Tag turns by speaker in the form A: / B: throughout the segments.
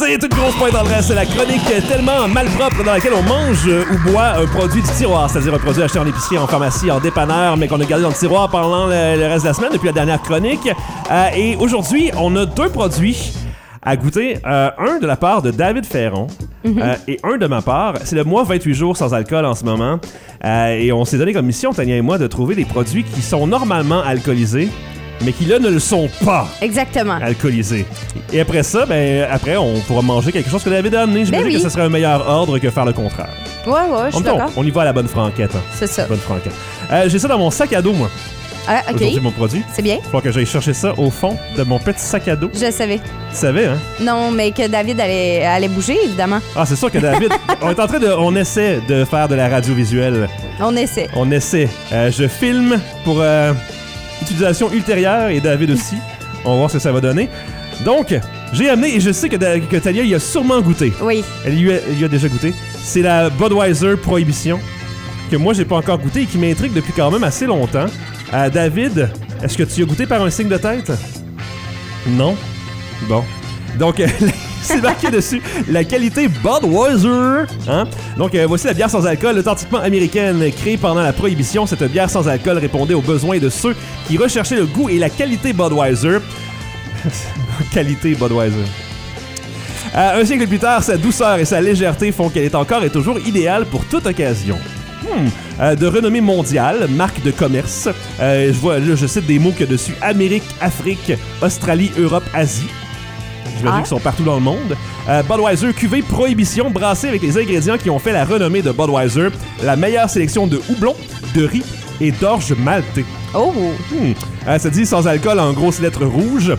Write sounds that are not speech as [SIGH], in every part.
A: dernier tout grosse point dans le reste, c'est la chronique tellement malpropre dans laquelle on mange euh, ou boit un produit du tiroir, c'est-à-dire un produit acheté en épicerie, en pharmacie, en dépanneur, mais qu'on a gardé dans le tiroir pendant le, le reste de la semaine depuis la dernière chronique. Euh, et aujourd'hui, on a deux produits à goûter. Euh, un de la part de David Ferron euh, et un de ma part. C'est le mois 28 jours sans alcool en ce moment. Euh, et on s'est donné comme mission, Tania et moi, de trouver des produits qui sont normalement alcoolisés, mais qui là ne le sont pas
B: Exactement.
A: alcoolisé. Et après ça, ben après, on pourra manger quelque chose que David a amené. Je
B: Ben
A: me dis que
B: oui.
A: ce serait un meilleur ordre que faire le contraire.
B: Ouais, ouais, je
A: En
B: suis
A: même temps,
B: d'accord.
A: on y va à la bonne franquette. hein.
B: C'est ça.
A: Bonne franquette. Euh, J'ai ça dans mon sac à dos, moi,
B: Ah,
A: aujourd'hui,
B: ok.
A: mon produit.
B: C'est bien.
A: Faut que j'aille chercher ça au fond de mon petit sac à dos.
B: Je le savais.
A: Tu savais, hein?
B: Non, mais que David allait, allait bouger, évidemment.
A: Ah, c'est sûr que
B: [LAUGHS]
A: David, on est en train de. On essaie de faire de la radio visuelle.
B: On essaie.
A: On essaie. Euh, je filme pour euh, utilisation ultérieure et David aussi. On va voir ce que ça va donner. Donc, j'ai amené, et je sais que, Da- que Talia y a sûrement goûté.
B: Oui.
A: Elle y a, elle y a déjà goûté. C'est la Budweiser Prohibition, que moi, j'ai pas encore goûté et qui m'intrigue depuis quand même assez longtemps. Euh, David, est-ce que tu y as goûté par un signe de tête? Non? Bon. Donc, euh, [LAUGHS] c'est marqué dessus la qualité Budweiser. Hein? Donc, euh, voici la bière sans alcool, authentiquement américaine, créée pendant la Prohibition. Cette bière sans alcool répondait aux besoins de ceux qui recherchaient le goût et la qualité Budweiser. [LAUGHS] qualité Budweiser. Euh, un siècle plus tard, sa douceur et sa légèreté font qu'elle est encore et toujours idéale pour toute occasion. Hmm. Euh, de renommée mondiale, marque de commerce. Euh, je vois, là, je cite des mots que dessus Amérique, Afrique, Australie, Europe, Asie. J'imagine
B: Ah.
A: qu'ils sont partout dans le monde. Euh, Budweiser cuvée prohibition brassée avec les ingrédients qui ont fait la renommée de Budweiser, la meilleure sélection de houblon, de riz et d'orge maltais.
B: Oh.
A: Hmm. Euh, ça dit sans alcool en grosses lettres rouges.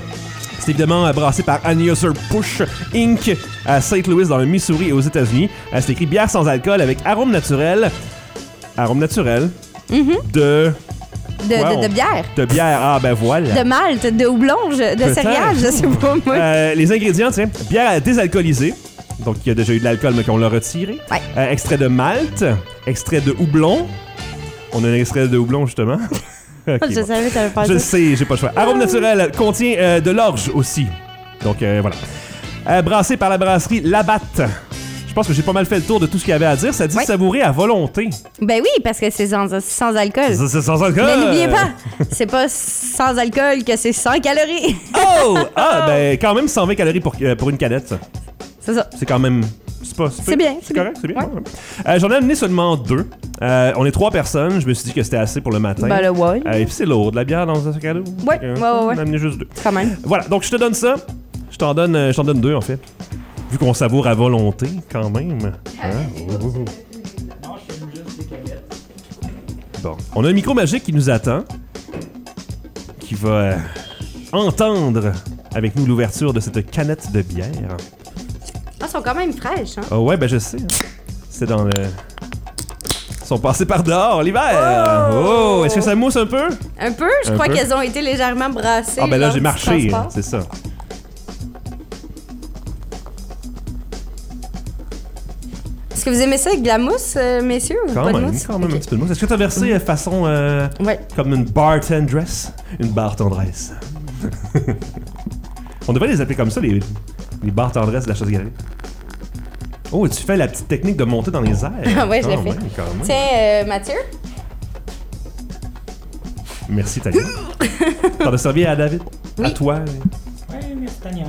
A: C'est évidemment euh, brassé par Anheuser Push Inc. à St. Louis dans le Missouri et aux États-Unis. Euh, c'est écrit bière sans alcool avec arôme naturel. Arôme naturel.
B: Mm-hmm.
A: De.
B: De, de-
A: Ouais, on-
B: de bière.
A: De bière. Ah ben voilà.
B: De malt, de houblon, je- de
A: Peut-être.
B: céréales, je sais pas moi.
A: Euh, les ingrédients, tiens. Bière désalcoolisée. Donc, il y a déjà eu de l'alcool, mais qu'on l'a retiré.
B: Ouais.
A: Euh, extrait de malt. Extrait de houblon. On a un extrait de houblon, justement. [LAUGHS] Ah, Ok,
C: Je
A: bon.
C: savais que t'avais pas
A: Je le
C: ça.
A: sais, j'ai pas le choix. Arôme
B: Ah.
A: naturel contient euh, de l'orge aussi. Donc euh, voilà. Euh, brassé par la brasserie Labatt. Je pense que j'ai pas mal fait le tour de tout ce qu'il y avait à dire. Ça dit
B: Ouais.
A: savourer à volonté.
B: Ben oui, parce que c'est sans, sans alcool.
A: Ça, c'est sans alcool.
B: Euh, Mais n'oubliez pas, c'est pas sans alcool que c'est 100 calories.
A: [LAUGHS]
B: [LAUGHS]
A: Oh! Ah, ben quand même 120 calories pour, euh, pour une canette. ça.
B: c'est ça.
A: C'est quand même. C'est pas. peu.
B: C'est bien,
A: C'est
B: c'est bien.
A: correct, c'est bien. ouais. Euh, J'en ai amené seulement deux. Euh, on est trois personnes. Je me suis dit que c'était assez pour le matin.
B: Ben le wine,
A: Euh, et puis c'est lourd, de la bière dans un sac à dos.
B: Ouais,
A: Fait que,
B: ouais, ouais, ouais.
A: On a amené juste deux.
B: quand même.
A: Voilà, donc je te donne ça. Je t'en donne, euh, je t'en donne deux en fait. Vu qu'on savoure à volonté quand même. Hein? Oh, oh, oh. Bon, on a un micro magique qui nous attend, qui va euh, entendre avec nous l'ouverture de cette canette de bière.
B: Ah, sont quand même fraîches, hein?
A: Ah ouais, ben je sais. hein. C'est dans le. Ils sont passés par dehors l'hiver.
B: Oh!
A: oh est-ce que ça mousse un peu?
B: Un peu, je
A: Un
B: crois
A: peu.
B: qu'elles ont été légèrement brassées.
A: Ah ben là
B: lors
A: j'ai
B: du
A: marché,
B: transport.
A: hein, c'est ça.
B: Est-ce que vous aimez ça avec de la mousse, euh, messieurs? ou
A: Quand
B: pas
A: même,
B: de mousse?
A: quand même un
B: Ok.
A: petit peu de mousse. Est-ce que t'as versé euh, façon euh,
B: Ouais.
A: Comme une bartendress. Une bartendresse. [LAUGHS] On devrait les appeler comme ça, les, les bartendresses de la chasse galerie. Oh, et tu fais la petite technique de monter dans les airs.
B: Ah [LAUGHS] ouais, je l'ai
A: Quand
B: fait.
A: même, quand même.
B: Tiens, euh, Mathieu?
A: Merci, Tania. T'en as servi à David? À
B: Oui.
A: toi?
D: Ouais, mais c'est tania.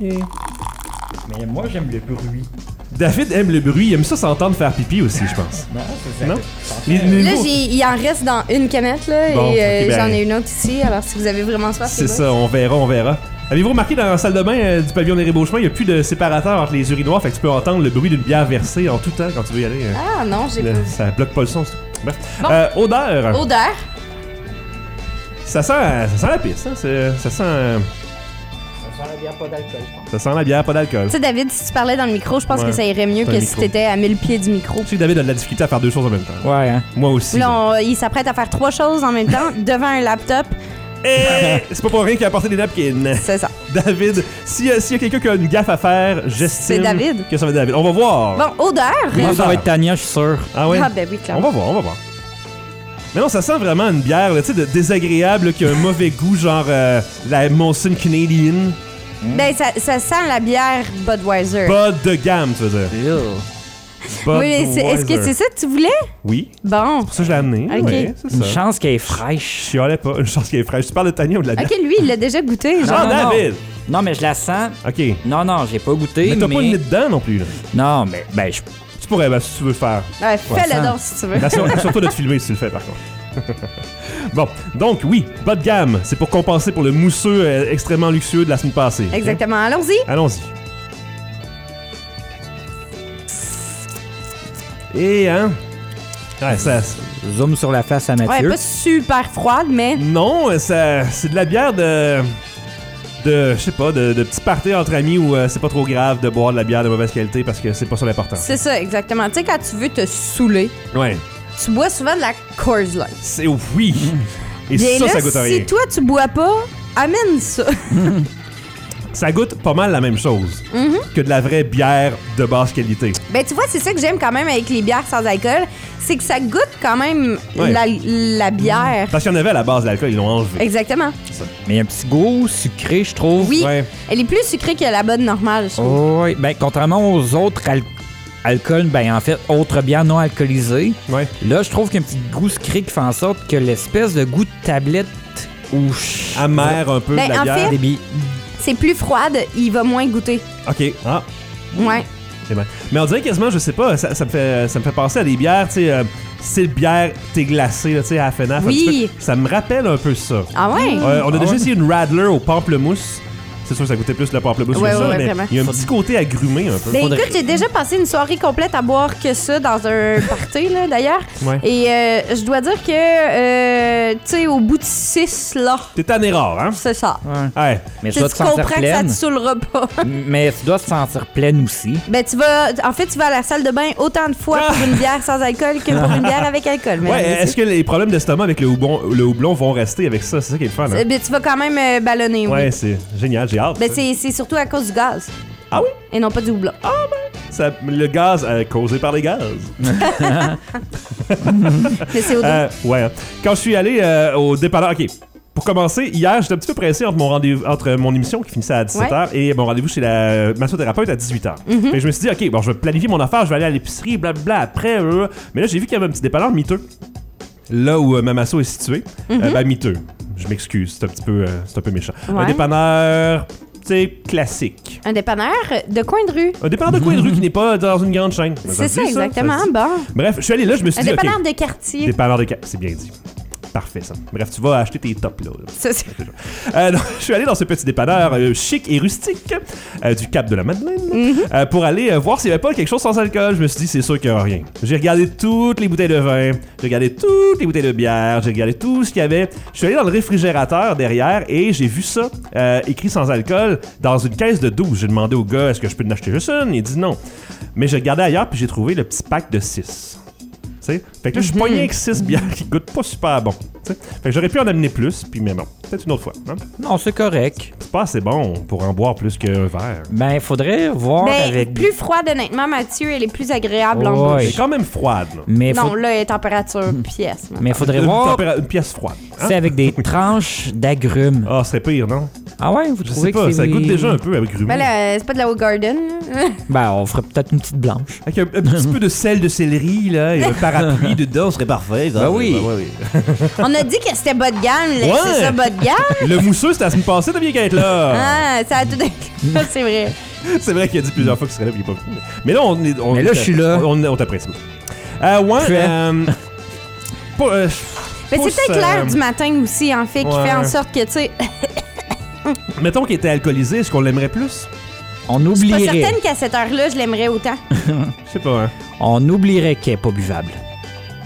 D: Mais moi, j'aime le bruit.
A: David aime le bruit, il aime ça s'entendre faire pipi aussi, je pense.
D: Non, c'est
A: Non?
D: ça.
A: Les- les
B: Là,
A: mots-
B: j'ai- il en reste dans une canette, là,
A: Bon,
B: et euh,
A: ok, ben-
B: j'en ai une autre ici. Alors, si vous avez vraiment soif,
A: C'est
B: les gars.
A: ça, on verra, on verra. Avez-vous remarqué dans la salle de bain euh, du pavillon des Rébauchements, il n'y a plus de séparateur entre les urinoirs, fait que tu peux entendre le bruit d'une bière versée en tout temps quand tu veux y aller. euh.
B: Ah non, j'ai
A: Le-
B: pas.
A: ça bloque pas le son, c'est tout. Bref.
B: Bon.
A: Euh, odeur.
B: Odeur?
A: Ça, sent, ça sent la piste. hein. C'est- Ça sent,
D: Ça sent bien pas d'alcool, je pense.
A: ça sent la bière, pas d'alcool.
B: Tu sais, David, si tu parlais dans le micro, je pense
A: Ouais.
B: que ça irait mieux
A: Dans
B: que
A: le
B: si
A: micro.
B: t'étais à mille pieds du micro.
A: Tu sais, David a de la difficulté à faire deux choses en même temps.
D: Ouais, hein.
A: Moi aussi.
B: Là, on- il s'apprête à faire trois choses en même temps [LAUGHS] devant un laptop.
A: Eh, c'est pas pour rien qu'il a apporté des
B: [LAUGHS]
A: napkins.
B: C'est ça.
A: David, s'il y a, s'il y a quelqu'un qui a une gaffe à faire, j'estime
B: C'est David.
A: que ça va être David. On va voir.
B: Bon, odeur.
A: Oui.
D: Moi, ça va être Tania, je suis sûr.
A: Ah ouais?
B: Ah ben oui,
A: on
B: clairement.
A: va voir, on va voir. Mais non, ça sent vraiment une bière, là, tu sais, de désagréable, là, qui a un mauvais goût, genre euh, la Molson Canadian.
B: Ben, ça, ça sent la bière Budweiser.
A: Bud de gamme, tu veux dire.
C: Ew.
A: Bud
B: oui, mais c'est- est-ce que
A: Weiser.
B: c'est ça que tu voulais?
A: Oui,
B: Bon.
A: pour ça je l'ai amené.
B: Ok.
A: Oui, c'est
C: Une
A: ça.
C: chance qu'elle est
A: Je
C: fraîche.
A: chialais pas. [LAUGHS] Une chance qu'elle est fraîche. Tu parles de Tania ou de la bière?
B: Ok, lui, il l'a déjà goûté. genre.
A: Ah, David!
C: Non, mais je la sens.
A: Ok. Mais
C: Non, non, j'ai pas goûté.
A: t'as pas le nez dedans non plus. là.
C: Non, mais ben, je...
A: Tu pourrais, ben, si tu veux faire.
B: Ouais, fais-le
C: ça.
B: donc si tu veux.
A: Ben, sur- [LAUGHS] surtout de te filmer si tu le fais, par contre. [LAUGHS] bon, donc oui, bas de gamme, c'est pour compenser pour le mousseux euh, extrêmement luxueux de la semaine passée. ok?
B: Exactement. Allons-y.
A: Allons-y. Et hein? Ouais, ça,
C: zoom sur la face à
B: Ouais,
C: Mathieu.
B: pas super froide, mais.
A: non, euh, ça, c'est de la bière de, de, je sais pas, de, de petit party entre amis où euh, c'est pas trop grave de boire de la bière de mauvaise qualité parce que c'est pas ça l'important.
B: C'est ça, exactement. Tu sais, quand tu veux te saouler,
A: Ouais,
B: tu bois souvent de la Coors Light.
A: c'est oui. Et
B: Bien
A: ça,
B: là,
A: ça goûte à rien.
B: si toi, tu bois pas, amène ça. [LAUGHS]
A: ça goûte pas mal la même chose
B: Mm-hmm.
A: que de la vraie bière de basse qualité.
B: Ben, tu vois, c'est ça que j'aime quand même avec les bières sans alcool. C'est que ça goûte quand même
A: Ouais.
B: la, la bière.
A: Parce qu'il y en avait à la base de l'alcool, ils l'ont enlevé.
B: Exactement.
C: Mais il y a un petit goût sucré, je trouve.
B: Oui.
A: Ouais.
B: Elle est plus sucrée que la bonne normale, je trouve.
C: Oh, oui. Ben, contrairement aux autres al- alcools, ben, en fait, autres bières non alcoolisées,
A: Ouais.
C: là, je trouve qu'il y a un petit goût sucré qui fait en sorte que l'espèce de goût de tablette ou ch-
A: Amer un peu
B: Ben,
A: de la
B: en
A: bière.
C: des bi-
B: C'est plus froide, il va moins goûter.
A: Ok. Ah,
B: Ouais.
A: c'est bien. Mais on dirait quasiment, je sais pas, ça, ça me, fait, ça me fait penser à des bières, tu sais, euh, style bière, t'es glacé, là, tu sais, à la FNAF. un
B: Oui.
A: petit peu. Ça me rappelle un peu ça.
B: Ah ouais?
A: Euh, on a
C: Ah
A: déjà
C: ouais?
A: essayé une Radler au pamplemousse. C'est sûr que ça goûtait plus le pamplemousse
B: Ouais,
A: que
B: ouais,
A: ça,
B: ouais,
A: mais
B: vraiment.
A: il y a un petit côté agrumé un peu.
B: Ben
C: Faudrait-
B: écoute, j'ai déjà passé une soirée complète à boire que ça dans
A: [LAUGHS]
B: un party, là, d'ailleurs.
A: Ouais.
B: Et euh, je dois dire que, euh, tu sais, au bout de 6, là,
A: T'es tanné rare, hein?
B: c'est ça.
C: Ouais.
A: Ouais.
C: Mais
B: Tu
C: tu
B: sais,
C: dois
B: tu
C: te sentir
B: comprends que ça
C: pleine.
B: te saoulera pas.
C: Mais tu dois te sentir pleine aussi.
B: Ben, tu vas. En fait, tu vas à la salle de bain autant de fois
A: [LAUGHS]
B: pour une bière sans alcool que pour une bière avec alcool. mais
A: Ouais, est-ce que les problèmes d'estomac avec le houblon, le houblon vont rester avec ça? C'est ça qui est le fun, hein?
B: Ben, tu vas quand même euh, ballonner, oui.
A: Ouais, c'est génial, j'ai hâte.
B: Ben, c'est c'est surtout à cause du gaz
A: Ah oui?
B: et non pas du houblon.
A: Ah. Ça- le gaz euh, causé par les gaz.
B: Le CO2.
A: Euh, ouais. Quand je suis allé euh, au dépanneur, ok. Pour commencer, hier, j'étais un petit peu pressé entre mon rendez-vous, entre mon émission qui finissait à 17h et mon rendez-vous chez la massothérapeute à 18h.
B: Mhm.
A: Mais je me suis dit, ok, bon, je vais planifier mon affaire, je vais aller à l'épicerie, blablabla, après. euh, mais là, j'ai vu qu'il y avait un petit dépanneur miteux, là où euh, ma masso est située. Euh, ben, miteux. Je m'excuse, c'est un petit peu, euh, c'est un peu méchant. Un
B: Mhm. Ouais.
A: dépanneur, tu sais, classique.
B: Un dépanneur de coin de rue.
A: Un dépanneur de coin de
B: [LAUGHS]
A: rue qui n'est pas dans une grande chaîne. Ben,
B: C'est
A: se
B: ça,
A: dit, se
B: exactement.
A: dit.
B: Bon.
A: Bref, je suis allé là, je me suis
B: Un
A: dit, ok.
B: dépanneur de quartier.
A: Dépanneur de cap, c'est bien dit. Parfait, ça. Bref, tu vas acheter tes tops, là.
B: Ça, c'est-
A: Euh, non, [LAUGHS] je suis allé dans ce petit dépanneur euh, chic et rustique euh, du Cap de la Madeleine euh, pour aller euh, voir s'il n'y avait pas quelque chose sans alcool. Je me suis dit, c'est sûr qu'il n'y aura rien. J'ai regardé toutes les bouteilles de vin, j'ai regardé toutes les bouteilles de bière, j'ai regardé tout ce qu'il y avait. Je suis allé dans le réfrigérateur derrière et j'ai vu ça euh, écrit sans alcool dans une caisse de 12. J'ai demandé au gars, est-ce que je peux en acheter juste une? Il dit non. Mais j'ai regardé ailleurs puis j'ai trouvé le petit pack de 6. Tu sais? Fait que là, je suis poigné avec 6 bières qui goûtent pas super bon. tu sais. Fait que j'aurais pu en amener plus, puis mais bon, peut-être une autre fois. hein.
C: Non, c'est correct.
A: C'est pas assez bon pour en boire plus qu'un verre.
C: Ben, faudrait voir
B: Ben,
C: avec.
B: plus froide, honnêtement, Mathieu, elle est plus agréable en
C: Ouais.
A: Elle est
B: bouche.
A: quand même froide. Là.
C: Mais,
B: Non,
C: faut-
B: là, elle est température pièce. maintenant.
C: mais faudrait
A: Une,
C: voir
A: tempéra- une pièce froide. hein.
C: c'est avec des tranches d'agrumes.
A: Ah, c'est pire, non?
C: Ah ouais, vous
A: Je
C: trouvez
A: sais pas,
C: que c'est-
A: ça goûte déjà un peu avec grumeau.
B: Ben là, c'est pas de la Home Garden. là.
C: Ben, on ferait peut-être une petite blanche.
A: Avec un, un petit peu de sel de céleri, là, et un
C: [LAUGHS]
A: parapluie dedans, ce serait parfait. ça.
C: Ben oui.
A: ouais,
B: [LAUGHS] On a dit que c'était bas de gamme. là.
A: Ouais.
B: C'est ça, bas de gamme.
A: ouais. Le mousseux, c'était à se passer, t'as bien qu'à être là.
B: Ah, ça a tout d'un coup. [LAUGHS] C'est vrai.
A: C'est vrai qu'il a dit plusieurs fois qu'il serait là, puis il est pas venu. Mais là, on est. on
C: Mais là,
A: est-
C: je suis là.
A: On, on t'apprécie. Euh, ouais.
C: Fais.
A: euh, pas, euh,
B: Mais
A: Pousse,
B: c'est peut-être l'air
A: euh,
B: du matin aussi, en fait, qui
A: ouais.
B: fait en sorte que, tu sais,
A: mettons qu'il était alcoolisé, est-ce qu'on l'aimerait plus?
C: On
B: je suis pas
C: oublierait.
B: certaine qu'à cette heure-là, je l'aimerais autant.
A: Je sais pas, hein.
C: On oublierait qu'elle est pas buvable.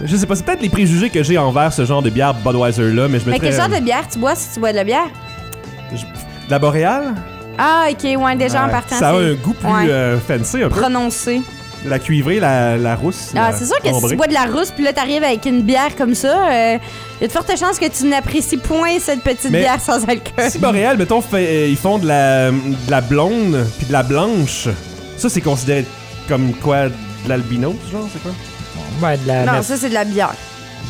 A: Je sais pas, c'est peut-être les préjugés que j'ai envers ce genre de bière Budweiser-là, mais je
B: Mais
A: mettrais...
B: quel genre de bière tu bois si tu bois de la bière?
A: Je- La boréale,
B: Ah, ok, ouais, déjà en
C: Ouais,
B: partant,
A: ça a un
B: c'est
A: goût plus
B: ouais.
A: euh, fancy un peu.
B: prononcé.
A: La cuivrée, la, la rousse.
B: Ah,
A: la
B: c'est sûr que si
A: ambrée.
B: tu bois de la rousse, puis là, t'arrives avec une bière comme ça, il y a de fortes chances que tu n'apprécies point cette petite
A: Mais-
B: bière sans alcool.
A: Si boréale, mettons, fait- euh, ils font de la, de la blonde puis de la blanche, ça c'est considéré comme quoi, de l'albinos, genre, c'est quoi?
C: Ben, de la,
B: Non,
C: la-
B: ça, c'est de la bière.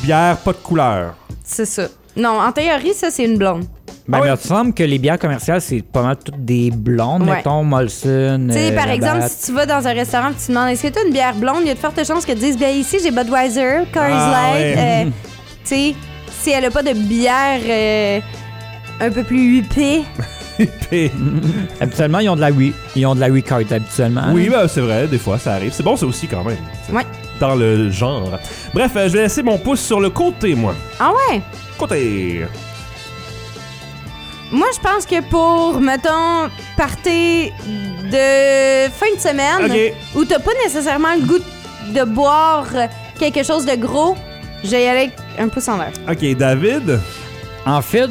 A: Bière pas de couleur. [LAUGHS]
B: C'est ça. Non, en théorie, ça, c'est une blonde.
C: Ben,
A: Ah ouais.
C: mais il me semble que les bières commerciales, c'est pas mal toutes des blondes,
B: Ouais.
C: mettons, Molson.
B: Tu sais,
C: euh,
B: par
C: la
B: exemple,
C: Batte.
B: si tu vas dans un restaurant et tu demandes est-ce que tu as une bière blonde, il y a de fortes chances que tu dises ben ici j'ai Budweiser, Coors
A: Ah,
B: Light.
A: ouais.
B: euh, tu sais, si elle a pas de bière euh, un peu
A: [LAUGHS]
B: plus huppée,
A: Puis-
C: Habituellement, ils ont de la Wii. Ils ont de la Wii Card, habituellement. hein?
A: Oui, bah, c'est vrai, des fois ça arrive. C'est bon, ça aussi quand même. C'est
B: Ouais.
A: Dans le genre. Bref, euh, je vais laisser mon pouce sur le côté, moi.
B: ah ouais.
A: Côté.
B: Moi, je pense que pour, mettons, partir de fin de semaine,
A: Ok.
B: où t'as pas nécessairement le goût de boire euh, quelque chose de gros, je vais y aller avec un pouce en l'air.
A: Ok, David.
C: En fait,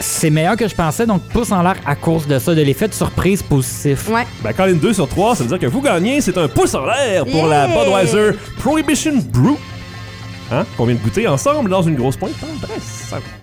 C: c'est meilleur que je pensais, donc pouce en l'air à cause de ça, de l'effet de surprise positif.
B: Ouais.
A: Ben, quand il y a une 2 sur 3, ça veut dire que vous gagnez. C'est un pouce en l'air pour la
B: Yeah!
A: Budweiser Ah, Prohibition Brew. Hein? Qu'on vient de goûter ensemble dans une grosse pointe. en presse.